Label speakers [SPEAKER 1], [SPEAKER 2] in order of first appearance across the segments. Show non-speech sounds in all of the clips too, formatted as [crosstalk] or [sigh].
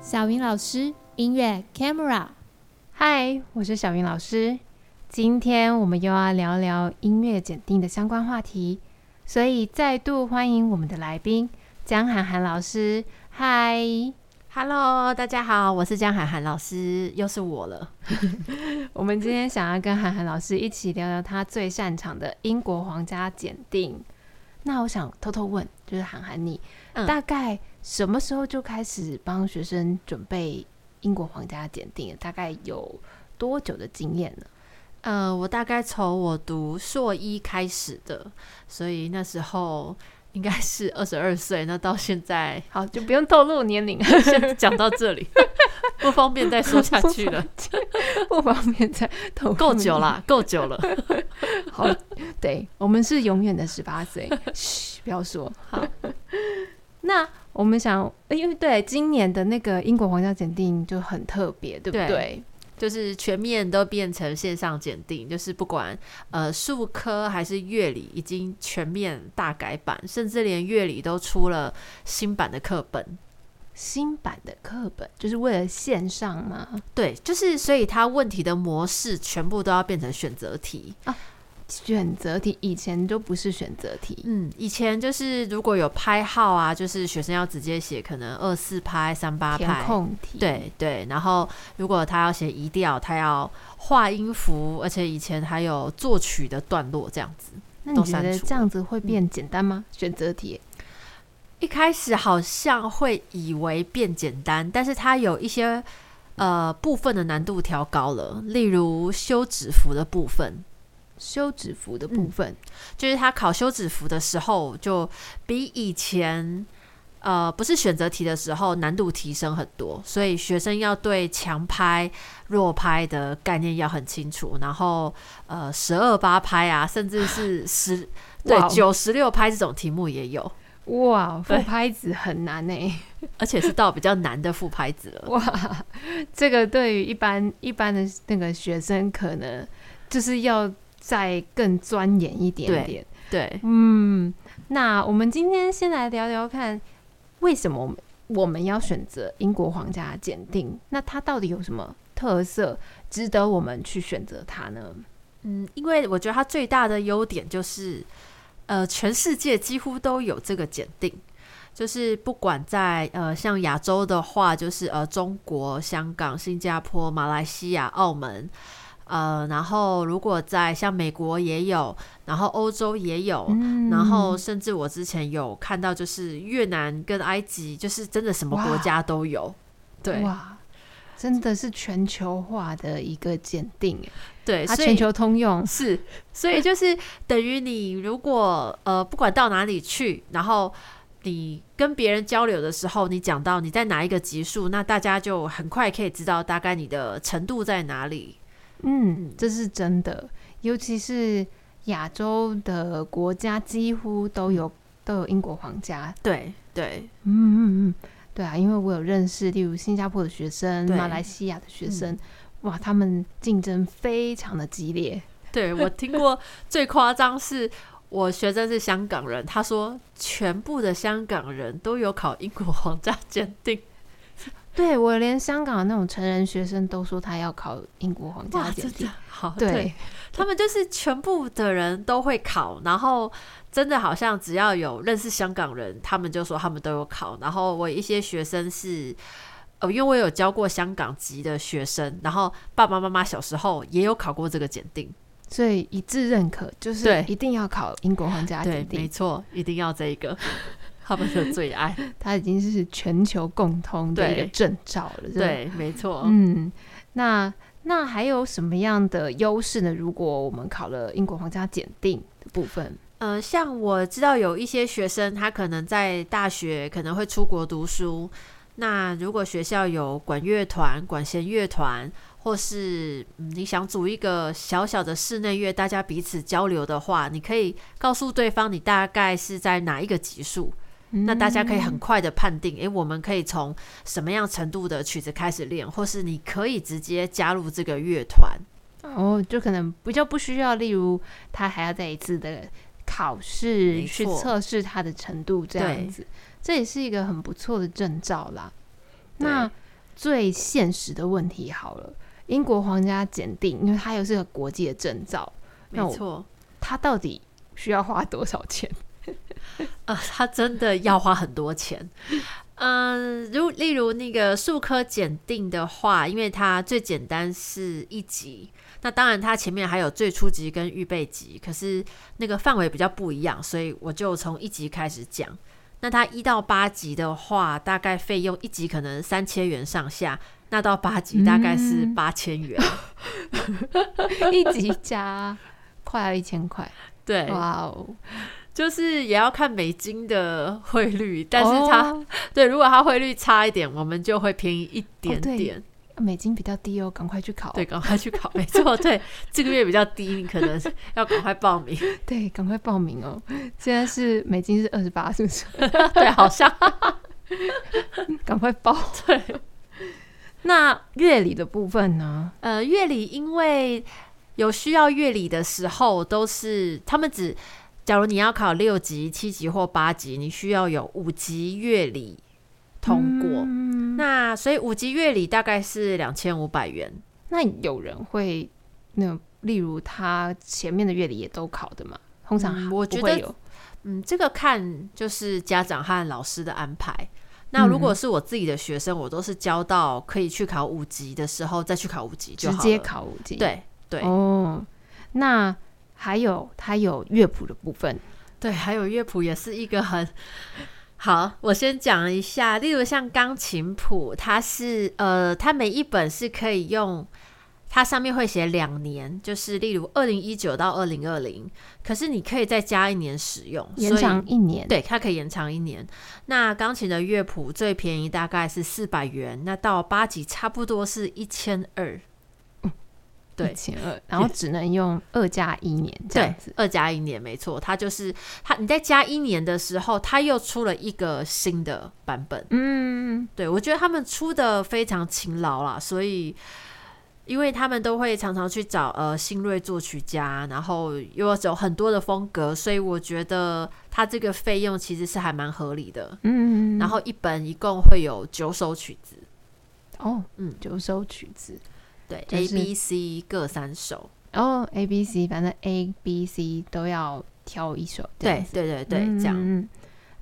[SPEAKER 1] 小云老师，音乐 Camera。
[SPEAKER 2] 嗨，我是小云老师。今天我们又要聊聊音乐检定的相关话题，所以再度欢迎我们的来宾江涵涵老师。嗨，
[SPEAKER 3] Hello，大家好，我是江涵涵老师，又是我了。
[SPEAKER 2] [laughs] 我们今天想要跟涵涵老师一起聊聊他最擅长的英国皇家检定。那我想偷偷问，就是涵涵你，
[SPEAKER 3] 嗯
[SPEAKER 2] 大概什么时候就开始帮学生准备英国皇家检定了？大概有多久的经验呢？
[SPEAKER 3] 呃，我大概从我读硕一开始的，所以那时候应该是二十二岁，那到现在 [laughs]
[SPEAKER 2] 好，就不用透露年龄， [laughs]
[SPEAKER 3] 先讲到这里， [laughs] 不方便再说下去了，
[SPEAKER 2] 不方便再透露
[SPEAKER 3] 够久
[SPEAKER 2] 年
[SPEAKER 3] 啦，够久了。 [laughs]
[SPEAKER 2] 龄。好，对我们是永远的十八岁， [laughs] 嘘，不要 [laughs] 说。
[SPEAKER 3] 好，
[SPEAKER 2] 那我们想，呃因为对今年的那个英国皇家检定就很特别，对不
[SPEAKER 3] 对
[SPEAKER 2] 对？
[SPEAKER 3] 就是全面都变成线上检定，就是不管呃数科还是乐理，已经全面大改版，甚至连乐理都出了新版的课本。
[SPEAKER 2] 新版的课本就是为了线上吗？
[SPEAKER 3] 对，就是所以它问题的模式全部都要变成选择题。
[SPEAKER 2] 选择题以前就不是选择题，
[SPEAKER 3] 嗯，以前就是如果有拍号啊，就是学生要直接写可能二四拍、三八
[SPEAKER 2] 填
[SPEAKER 3] 拍。
[SPEAKER 2] 空题，，
[SPEAKER 3] 对对，然后如果他要写移调，他要画音符，而且以前还有作曲的段落这样子。
[SPEAKER 2] 那你
[SPEAKER 3] 都
[SPEAKER 2] 觉
[SPEAKER 3] 删
[SPEAKER 2] 得
[SPEAKER 3] 除嗯
[SPEAKER 2] 这样子会变简单吗？选择题，
[SPEAKER 3] 一开始好像会以为变简单，但是它有一些呃部分的难度调高了，例如休止符的部分，
[SPEAKER 2] 休止符的
[SPEAKER 3] 嗯
[SPEAKER 2] 部分，
[SPEAKER 3] 就是他考休止符的时候，就比以前呃不是选择题的时候难度提升很多，所以学生要对强拍、弱拍的概念要很清楚，然后呃十二八拍啊，甚至
[SPEAKER 2] [laughs]
[SPEAKER 3] 是十对
[SPEAKER 2] 哇哦
[SPEAKER 3] 九十六拍这种题目也有，
[SPEAKER 2] 哇，副
[SPEAKER 3] 对
[SPEAKER 2] 拍子很难呢、欸
[SPEAKER 3] [laughs] 而且是到比较难的副拍子了。
[SPEAKER 2] 哇，这个对于一般一般的那个学生，可能就是要再更钻研一点点。
[SPEAKER 3] 对，
[SPEAKER 2] 嗯，那我们今天先来聊聊看，为什么我们我们要选择英国皇家鉴定？那它到底有什么特色，值得我们去选择它呢？
[SPEAKER 3] 嗯，因为我觉得它最大的优点就是，呃，全世界几乎都有这个检定，就是不管在呃像亚洲的话，就是呃中国、香港、新加坡、马来西亚、澳门，呃，然后如果在像美国也有，然后欧洲也有。
[SPEAKER 2] 嗯
[SPEAKER 3] 哦然后，甚至我之前有看到，就是越南跟埃及，就是真的什么国
[SPEAKER 2] 哇
[SPEAKER 3] 家都有，对
[SPEAKER 2] 哇，真的是全球化的一个鉴定耶，
[SPEAKER 3] 对，
[SPEAKER 2] 它
[SPEAKER 3] 所以
[SPEAKER 2] 全球通用。 [laughs]
[SPEAKER 3] 是，所以就是等于你如果呃不管到哪里去，然后你跟别人交流的时候，你讲到你在哪一个级数，那大家就很快可以知道大概你的程度在哪里。
[SPEAKER 2] 嗯，这是真的，尤其是亚洲的国家几乎都有都有英国皇家。
[SPEAKER 3] 对对
[SPEAKER 2] 嗯嗯嗯嗯，对啊，因为我有认识，例如新加坡的学生、
[SPEAKER 3] 对
[SPEAKER 2] 马来西亚的学生，哇，他们竞争非常的激烈。
[SPEAKER 3] 对，我听过最夸张是。我学生是香港人，他说全部的香港人都有考英国皇家鉴定，
[SPEAKER 2] 对我连香港的那种成人学生都说他要考英国皇家检定，
[SPEAKER 3] 好
[SPEAKER 2] 对，
[SPEAKER 3] 他们就是全部的人都会考，然后真的好像只要有认识香港人，他们就说他们都有考。然后我一些学生是，呃，因为我有教过香港籍的学生，然后爸爸妈妈小时候也有考过这个检定。
[SPEAKER 2] 所以一致认可，就是
[SPEAKER 3] 对
[SPEAKER 2] 一定要考英国皇家
[SPEAKER 3] 对
[SPEAKER 2] 啊检，
[SPEAKER 3] 没
[SPEAKER 2] 定，
[SPEAKER 3] 错，一定要这一个， [laughs] 他们的
[SPEAKER 2] [laughs]
[SPEAKER 3] 最爱。
[SPEAKER 2] 它已经是全球共通的一个
[SPEAKER 3] 对
[SPEAKER 2] 证照了，真的
[SPEAKER 3] 对，没错。
[SPEAKER 2] 嗯，那那还有什么样的优势呢？如果我们考了英国皇家检定的部分，
[SPEAKER 3] 呃，像我知道有一些学生，他可能在大学可能会出国读书。那如果学校有管乐团、管弦乐团，或是、嗯你想组一个小小的室内乐，大家彼此交流的话，你可以告诉对方你大概是在哪一个级数，那大家可以
[SPEAKER 2] 嗯
[SPEAKER 3] 很快的判定，诶、我们可以从什么样程度的曲子开始练，或是你可以直接加入这个乐团。
[SPEAKER 2] 哦，就可能比较不需要，例如他还要再一次的考试
[SPEAKER 3] 没
[SPEAKER 2] 去
[SPEAKER 3] 错
[SPEAKER 2] 测试他的程度，这样
[SPEAKER 3] 对
[SPEAKER 2] 子，这也是一个很不错的证照啦。那最现实的问题好了，英国皇家检定，因为它又是个国际的证照，那
[SPEAKER 3] 没
[SPEAKER 2] 我
[SPEAKER 3] 错。
[SPEAKER 2] 它到底需要花多少
[SPEAKER 3] [laughs]
[SPEAKER 2] 钱？
[SPEAKER 3] 啊，他真的要花很多钱。 [laughs] 嗯，如例如那个数科检定的话，因为它最简单是一级，那当然它前面还有最初级跟预备级，可是那个范围比较不一样，所以我就从一级开始讲。那它一到八级的话，大概费用一级可能三千元上下，那到八级大概是
[SPEAKER 2] 嗯
[SPEAKER 3] 八千元。 [laughs]
[SPEAKER 2] 一级加快要一千块，
[SPEAKER 3] 对，
[SPEAKER 2] 哇哦！
[SPEAKER 3] 就是也要看美金的汇率，但是它、
[SPEAKER 2] 哦
[SPEAKER 3] 对，如果它汇率差一点，我们就会便宜一点
[SPEAKER 2] 对
[SPEAKER 3] 点。
[SPEAKER 2] 美金比较低哦，赶快去考，
[SPEAKER 3] 哦对，赶快去考，没 [laughs] 错，对，这个月比较低，你可能要赶快报名。 [laughs]
[SPEAKER 2] 对，赶快报名哦！现在是美金是二十八，是不是？
[SPEAKER 3] 对，好像
[SPEAKER 2] 赶快报。
[SPEAKER 3] [laughs] 对。
[SPEAKER 2] 那乐理的部分呢？
[SPEAKER 3] [laughs] 呃，乐理因为有需要乐理的时候，都是他们只，假如你要考六级、七级或八级，你需要有五级乐理通过。
[SPEAKER 2] 嗯
[SPEAKER 3] 那所以五级乐理大概是两千五百元，
[SPEAKER 2] 那有人会，那例如他前面的乐理也都考的嘛？通常
[SPEAKER 3] 嗯我
[SPEAKER 2] 不
[SPEAKER 3] 觉
[SPEAKER 2] 会
[SPEAKER 3] 得
[SPEAKER 2] 有
[SPEAKER 3] 嗯，这个看就是家长和老师的安排。
[SPEAKER 2] 嗯
[SPEAKER 3] 那如果是我自己的学生，我都是教到可以去考五级的时候再去考五级就
[SPEAKER 2] 直
[SPEAKER 3] 好
[SPEAKER 2] 接
[SPEAKER 3] 了。
[SPEAKER 2] 考五级。
[SPEAKER 3] 对对、
[SPEAKER 2] 哦，那还有他有乐谱的部分，
[SPEAKER 3] 对，还有乐谱也是一个很好。我先讲一下，例如像钢琴谱，它是呃，它每一本是可以用。它上面会写两年，就是例如二零一九到二零二零，可是你可以再加一年使用，
[SPEAKER 2] 延
[SPEAKER 3] 所以
[SPEAKER 2] 长一年。
[SPEAKER 3] 对，它可以延长一年。那钢琴的乐谱最便宜大概是四百元，那到八级差不多是一千二。
[SPEAKER 2] 嗯
[SPEAKER 3] 对
[SPEAKER 2] 前二，然后只能用二加一年这
[SPEAKER 3] 对
[SPEAKER 2] 样子，。
[SPEAKER 3] 二加一年没错，它就是它。你在加一年的时候，它又出了一个新的版本。
[SPEAKER 2] 嗯，
[SPEAKER 3] 对我觉得他们出的非常勤劳啦，所以因为他们都会常常去找呃新锐作曲家，然后又有很多的风格，所以我觉得它这个费用其实是还蛮合理的。
[SPEAKER 2] 嗯，
[SPEAKER 3] 然后一本一共会有九首曲子，
[SPEAKER 2] 哦，
[SPEAKER 3] 嗯
[SPEAKER 2] 九首曲子，
[SPEAKER 3] 对、
[SPEAKER 2] 就
[SPEAKER 3] a
[SPEAKER 2] 是
[SPEAKER 3] B、C 各三首。
[SPEAKER 2] 然后哦 A B C，反正 A B C 都要挑一首这样
[SPEAKER 3] 对
[SPEAKER 2] 子，
[SPEAKER 3] 对对对，
[SPEAKER 2] 嗯
[SPEAKER 3] 这样。
[SPEAKER 2] 嗯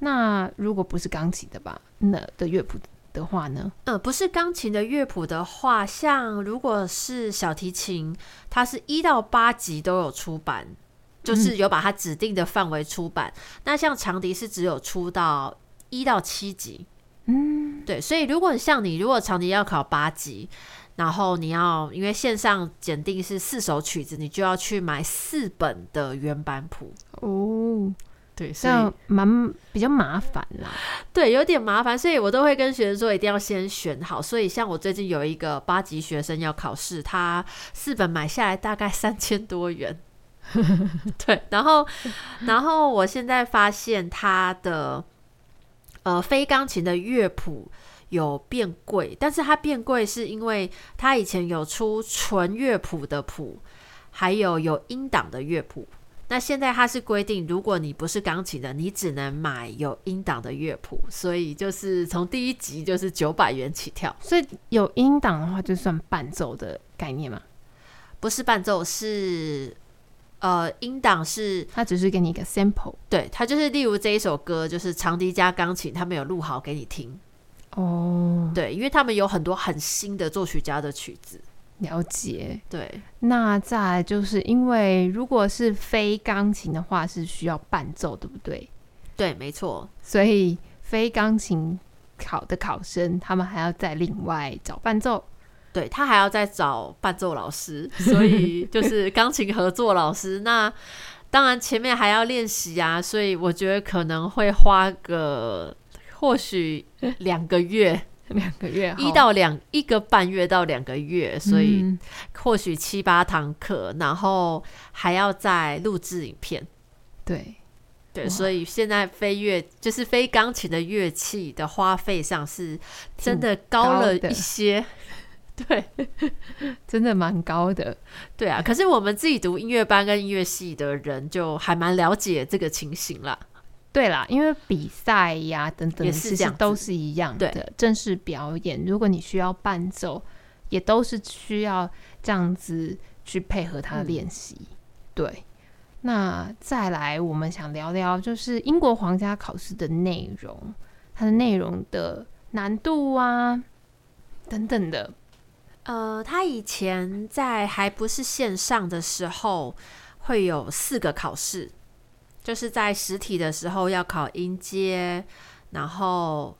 [SPEAKER 2] 那如果不是钢琴的吧，那的乐谱的话呢？
[SPEAKER 3] 嗯，不是钢琴的乐谱的话，像如果是小提琴，它是一到八级都有出版，就是有把它指定的范围出版。那像长笛是只有出到一到七级。
[SPEAKER 2] 嗯，
[SPEAKER 3] 对，所以如果像你，如果长笛要考八级，然后你要因为线上检定是四首曲子，你就要去买四本的原版谱。
[SPEAKER 2] 哦，
[SPEAKER 3] 对，
[SPEAKER 2] 这样蛮比较麻烦啦。
[SPEAKER 3] 对，有点麻烦，所以我都会跟学生说一定要先选好。所以像我最近有一个八级学生要考试，他四本买下来大概三千多元。对，然后，然后我现在发现他的呃非钢琴的乐谱有变贵，但是它变贵是因为他以前有出纯乐谱的谱，还有有音档的乐谱。那现在它是规定，如果你不是钢琴的，你只能买有音档的乐谱，所以就是从第一集就是九百元起跳，
[SPEAKER 2] 所以有音档的话，就算伴奏的概念嘛，
[SPEAKER 3] 不是伴奏是呃音档是
[SPEAKER 2] 它只是给你一个 sample。
[SPEAKER 3] 对，它就是例如这一首歌就是长笛加钢琴，他们有录好给你听，
[SPEAKER 2] 哦，
[SPEAKER 3] 对，因为他们有很多很新的作曲家的曲子，
[SPEAKER 2] 了解。
[SPEAKER 3] 对
[SPEAKER 2] 那再来就是因为如果是非钢琴的话，是需要伴奏，对不对？
[SPEAKER 3] 对，没错，
[SPEAKER 2] 所以非钢琴考的考生，他们还要再另外找伴奏。
[SPEAKER 3] 对他还要再找伴奏老师，所
[SPEAKER 2] [laughs]
[SPEAKER 3] 以就是钢琴合作老师。那当然前面还要练习啊，所以我觉得可能会花个
[SPEAKER 2] [laughs]
[SPEAKER 3] 或许两个月，
[SPEAKER 2] 两个月
[SPEAKER 3] 一到两一个半月到两个月，所以
[SPEAKER 2] 嗯
[SPEAKER 3] 或许七八堂课，然后还要再录制影片。
[SPEAKER 2] 对，
[SPEAKER 3] 对，
[SPEAKER 2] 哇
[SPEAKER 3] 所以现在非乐就是非钢琴的乐器的花费上是真的高了
[SPEAKER 2] 高的
[SPEAKER 3] 一
[SPEAKER 2] [laughs]
[SPEAKER 3] 些，对。
[SPEAKER 2] 真的蛮高的。
[SPEAKER 3] 对啊，可是我们自己读音乐班跟音乐系的人，就还蛮了解这个情形啦。
[SPEAKER 2] 对啦，因为比赛呀、等等
[SPEAKER 3] 也
[SPEAKER 2] 的，其
[SPEAKER 3] 是这
[SPEAKER 2] 实
[SPEAKER 3] 样
[SPEAKER 2] 都
[SPEAKER 3] 子
[SPEAKER 2] 是一样
[SPEAKER 3] 对
[SPEAKER 2] 的。正式表演，如果你需要伴奏，也都是需要这样子去配合他的
[SPEAKER 3] 嗯
[SPEAKER 2] 练习。对，那再来，我们想聊聊就是英国皇家考试的内容，它的内容的难度啊等等的。
[SPEAKER 3] 呃，他以前在还不是线上的时候，会有四个考试，就是在实体的时候要考音阶，然后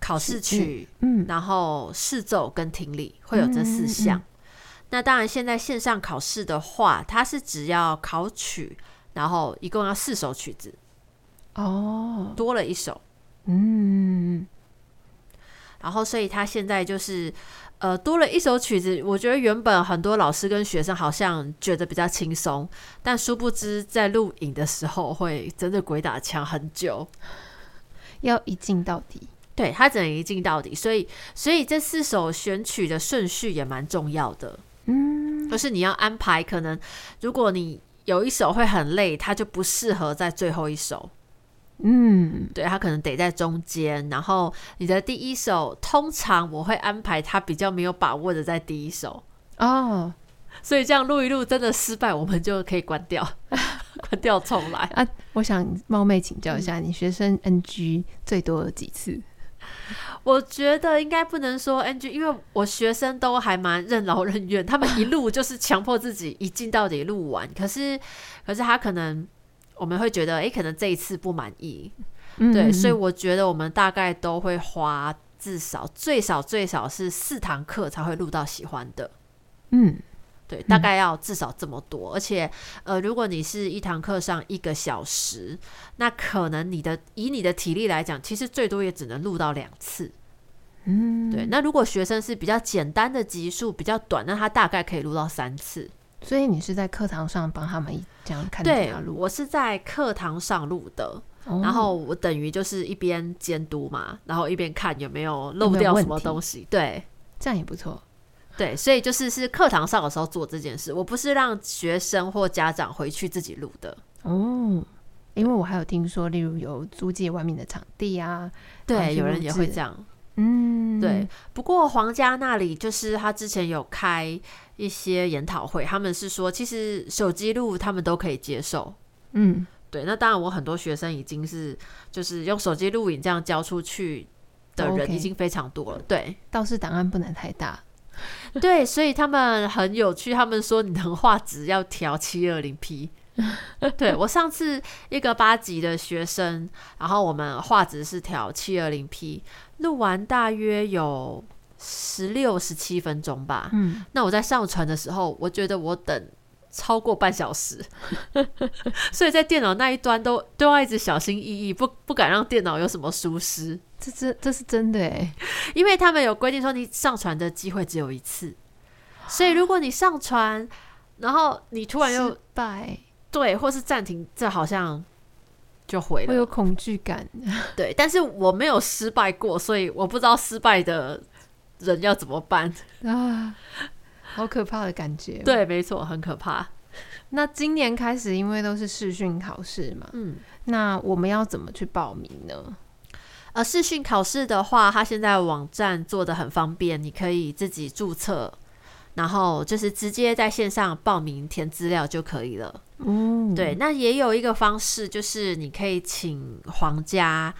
[SPEAKER 3] 考试曲，
[SPEAKER 2] 嗯，
[SPEAKER 3] 然后试奏跟听力，会有这四项。
[SPEAKER 2] 嗯
[SPEAKER 3] 那当然，现在线上考试的话，它是只要考曲，然后一共要四首曲子，
[SPEAKER 2] 哦，
[SPEAKER 3] 多了一首。
[SPEAKER 2] 嗯，
[SPEAKER 3] 然后，所以他现在就是，呃，多了一首曲子。我觉得原本很多老师跟学生好像觉得比较轻松，但殊不知在录影的时候会真的鬼打墙很久。
[SPEAKER 2] 要一镜到底。
[SPEAKER 3] 对他只能一镜到底，所以所以这四首选曲的顺序也蛮重要的，
[SPEAKER 2] 嗯，
[SPEAKER 3] 就是你要安排。可能如果你有一首会很累，它就不适合在最后一首。
[SPEAKER 2] 嗯，
[SPEAKER 3] 对，它可能得在中间。然后你的第一首，通常我会安排它比较没有把握的在第一首。
[SPEAKER 2] 哦，
[SPEAKER 3] 所以这样录一录，真的失败，我们就可以关掉， [laughs] 关掉重来。
[SPEAKER 2] 啊，我想冒昧请教一下，你学生 NG 最多有几次？
[SPEAKER 3] 我觉得应该不能说 NG，因为我学生都还蛮任劳任怨，他们一录就是强迫自己一进到底录完。 [laughs] 可是，可是他可能我们会觉得，诶，可能这一次不满意，
[SPEAKER 2] 嗯
[SPEAKER 3] 对，所以我觉得我们大概都会花至少最少最少是四堂课才会录到喜欢的。
[SPEAKER 2] 嗯
[SPEAKER 3] 对，大概要至少这么多。而且，呃，如果你是一堂课上一个小时，那可能你的以你的体力来讲，其实最多也只能录到两次。
[SPEAKER 2] 嗯，
[SPEAKER 3] 对，那如果学生是比较简单的集数，比较短，那他大概可以录到三次。
[SPEAKER 2] 所以你是在课堂上帮他们一这样看着
[SPEAKER 3] 对
[SPEAKER 2] 他，啊录，
[SPEAKER 3] 我是在课堂上录的，
[SPEAKER 2] 哦
[SPEAKER 3] 然后我等于就是一边监督嘛，然后一边看有没有
[SPEAKER 2] 有
[SPEAKER 3] 漏
[SPEAKER 2] 没有
[SPEAKER 3] 掉
[SPEAKER 2] 问
[SPEAKER 3] 什么
[SPEAKER 2] 题
[SPEAKER 3] 东西。对，
[SPEAKER 2] 这样也不错。
[SPEAKER 3] 对，所以就是是课堂上的时候做这件事，我不是让学生或家长回去自己录的。
[SPEAKER 2] 哦，因为我还有听说，例如有租借外面的场地啊，然后
[SPEAKER 3] 对，
[SPEAKER 2] 去
[SPEAKER 3] 有人
[SPEAKER 2] 录
[SPEAKER 3] 也会
[SPEAKER 2] 制
[SPEAKER 3] 这样。
[SPEAKER 2] 嗯，
[SPEAKER 3] 对，，不过皇家那里就是他之前有开一些研讨会，他们是说其实手机录他们都可以接受。
[SPEAKER 2] 嗯，
[SPEAKER 3] 对，那当然我很多学生已经是就是用手机录影这样交出去的
[SPEAKER 2] 都
[SPEAKER 3] 人
[SPEAKER 2] OK
[SPEAKER 3] 已经非常多了。对 [laughs]
[SPEAKER 2] 倒是档案不能太大，
[SPEAKER 3] 对，所以他们很有趣，他们说你的画质要调七二零 P。对我上次一个八级的学生，然后我们画质是调七二零 P，录完大约有十六十七分钟吧。
[SPEAKER 2] 嗯，
[SPEAKER 3] 那我在上传的时候，我觉得我等超过半小时， [laughs] 所以在电脑那一端都都要一直小心翼翼，不不敢让电脑有什么疏失，
[SPEAKER 2] 这这这是真的哎，
[SPEAKER 3] 因为他们有规定说你上传的机会只有一次，所以如果你上传，然后你突然又
[SPEAKER 2] 失败
[SPEAKER 3] 对或是暂停，这好像就毁
[SPEAKER 2] 会有
[SPEAKER 3] 了。
[SPEAKER 2] 恐惧感，
[SPEAKER 3] 对，但是我没有失败过，所以我不知道失败的人要怎么办。
[SPEAKER 2] 啊，好可怕的感觉。，
[SPEAKER 3] 对，没错，很可怕。
[SPEAKER 2] 那今年开始，因为都是视讯考试嘛，
[SPEAKER 3] 嗯。
[SPEAKER 2] 那我们要怎么去报名呢？
[SPEAKER 3] 呃，视讯考试的话，它现在网站做的很方便，你可以自己注册，然后就是直接在线上报名填资料就可以了。
[SPEAKER 2] 嗯，
[SPEAKER 3] 对，，那也有一个方式，就是你可以请皇家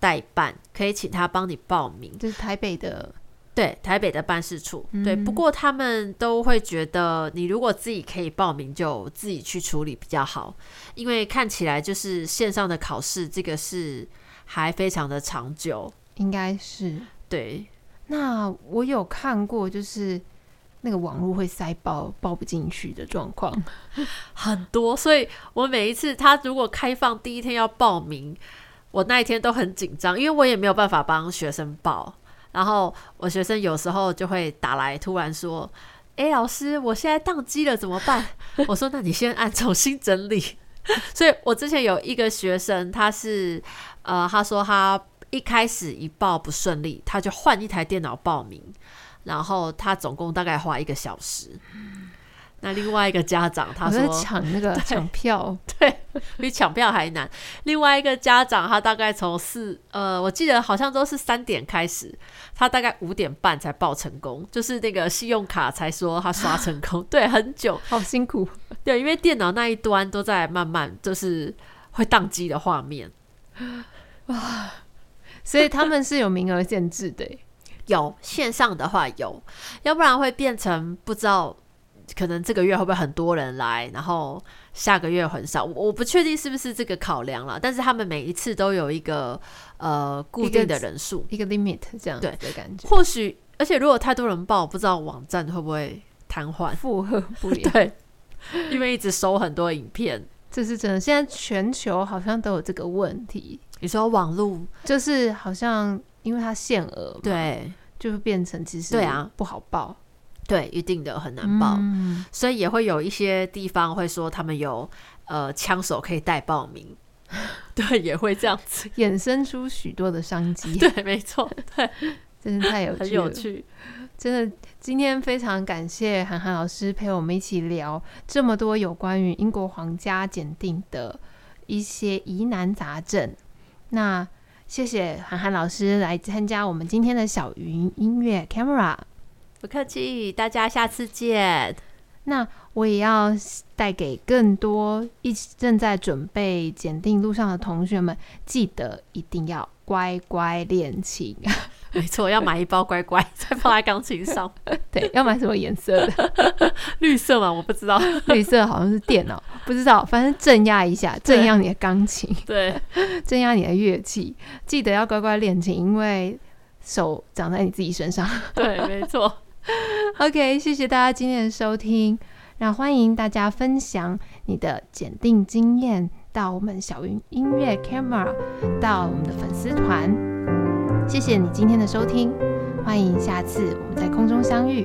[SPEAKER 3] 代办，可以请他帮你报名。
[SPEAKER 2] 就是台北的，
[SPEAKER 3] 对，台北的办事处。对，
[SPEAKER 2] 嗯
[SPEAKER 3] 不过他们都会觉得，你如果自己可以报名，就自己去处理比较好，因为看起来就是线上的考试，这个是还非常的长久。
[SPEAKER 2] 应该是。
[SPEAKER 3] 对，
[SPEAKER 2] 那我有看过，就是那个网络会塞爆，报不进去的状况。
[SPEAKER 3] 很多，所以我每一次他如果开放第一天要报名，我那一天都很紧张，因为我也没有办法帮学生报。然后我学生有时候就会打来，突然说：“诶，老师，我现在宕机了，怎么办？” [laughs] 我说：“那你先按重新整理。”所以，我之前有一个学生，他是呃，他说他一开始一报不顺利，他就换一台电脑报名，然后他总共大概花一个小时。那另外一个家长他
[SPEAKER 2] 我在
[SPEAKER 3] 说
[SPEAKER 2] 抢
[SPEAKER 3] [laughs]
[SPEAKER 2] 那个抢票，
[SPEAKER 3] 比抢票还难。另外一个家长他大概从四呃，我记得好像都是三点开始，他大概五点半才报成功，就是那个信用卡才说他刷成功， [laughs] 对，很久，
[SPEAKER 2] 好辛
[SPEAKER 3] [laughs]
[SPEAKER 2] 苦。
[SPEAKER 3] 对，因为电脑那一端都在慢慢就是会宕机的画面。
[SPEAKER 2] 所以他们是有名额限制的耶，
[SPEAKER 3] 有线上的话有，要不然会变成不知道，可能这个月会不会很多人来，然后下个月很少，我我不确定是不是这个考量了。但是他们每一次都有一个呃固定的人数，
[SPEAKER 2] 一个 limit 这样子
[SPEAKER 3] 对
[SPEAKER 2] 的感觉，。
[SPEAKER 3] 或许而且如果太多人报，不知道网站会不会瘫痪
[SPEAKER 2] 负荷不了。
[SPEAKER 3] [laughs] 对，因为一直收很多影片，
[SPEAKER 2] 这是真的。现在全球好像都有这个问题，
[SPEAKER 3] 你说网路
[SPEAKER 2] 就是好像因为它限额嘛，，
[SPEAKER 3] 对
[SPEAKER 2] 就会变成其实
[SPEAKER 3] 对啊
[SPEAKER 2] 不好报，
[SPEAKER 3] 对一定的很难报。
[SPEAKER 2] 嗯
[SPEAKER 3] 所以也会有一些地方会说他们有呃枪手可以代报名， [laughs] 对，也会这样子，
[SPEAKER 2] 衍生出许多的商机，
[SPEAKER 3] 对，没错，
[SPEAKER 2] 真是太有趣了，
[SPEAKER 3] [laughs] 很有趣，
[SPEAKER 2] 真的。今天非常感谢涵涵老师陪我们一起聊这么多有关于英国皇家检定的一些疑难杂症。那谢谢涵涵老师来参加我们今天的小云音乐 Camera。
[SPEAKER 3] 不客气，大家下次见，
[SPEAKER 2] 那我也要带给更多一起正在准备检定路上的同学们，记得一定要乖乖练琴。 [laughs]
[SPEAKER 3] 没错，要买一包乖 [laughs] 乖，再放在钢琴上，
[SPEAKER 2] 对，要买什么颜色的？
[SPEAKER 3] 绿色嘛，我不知道，
[SPEAKER 2] [laughs] 绿色好像是电脑，不知道，反正镇压一下，镇压你的钢琴，
[SPEAKER 3] 对，
[SPEAKER 2] 镇压你的乐器。记得要乖乖练琴，因为手长在你自己身上。 [laughs]
[SPEAKER 3] 对，没错，
[SPEAKER 2] OK，谢谢大家今天的收听。那欢迎大家分享你的检定经验到我们小云音乐 Camera，到我们的粉丝团。谢谢你今天的收听，欢迎下次我们在空中相遇，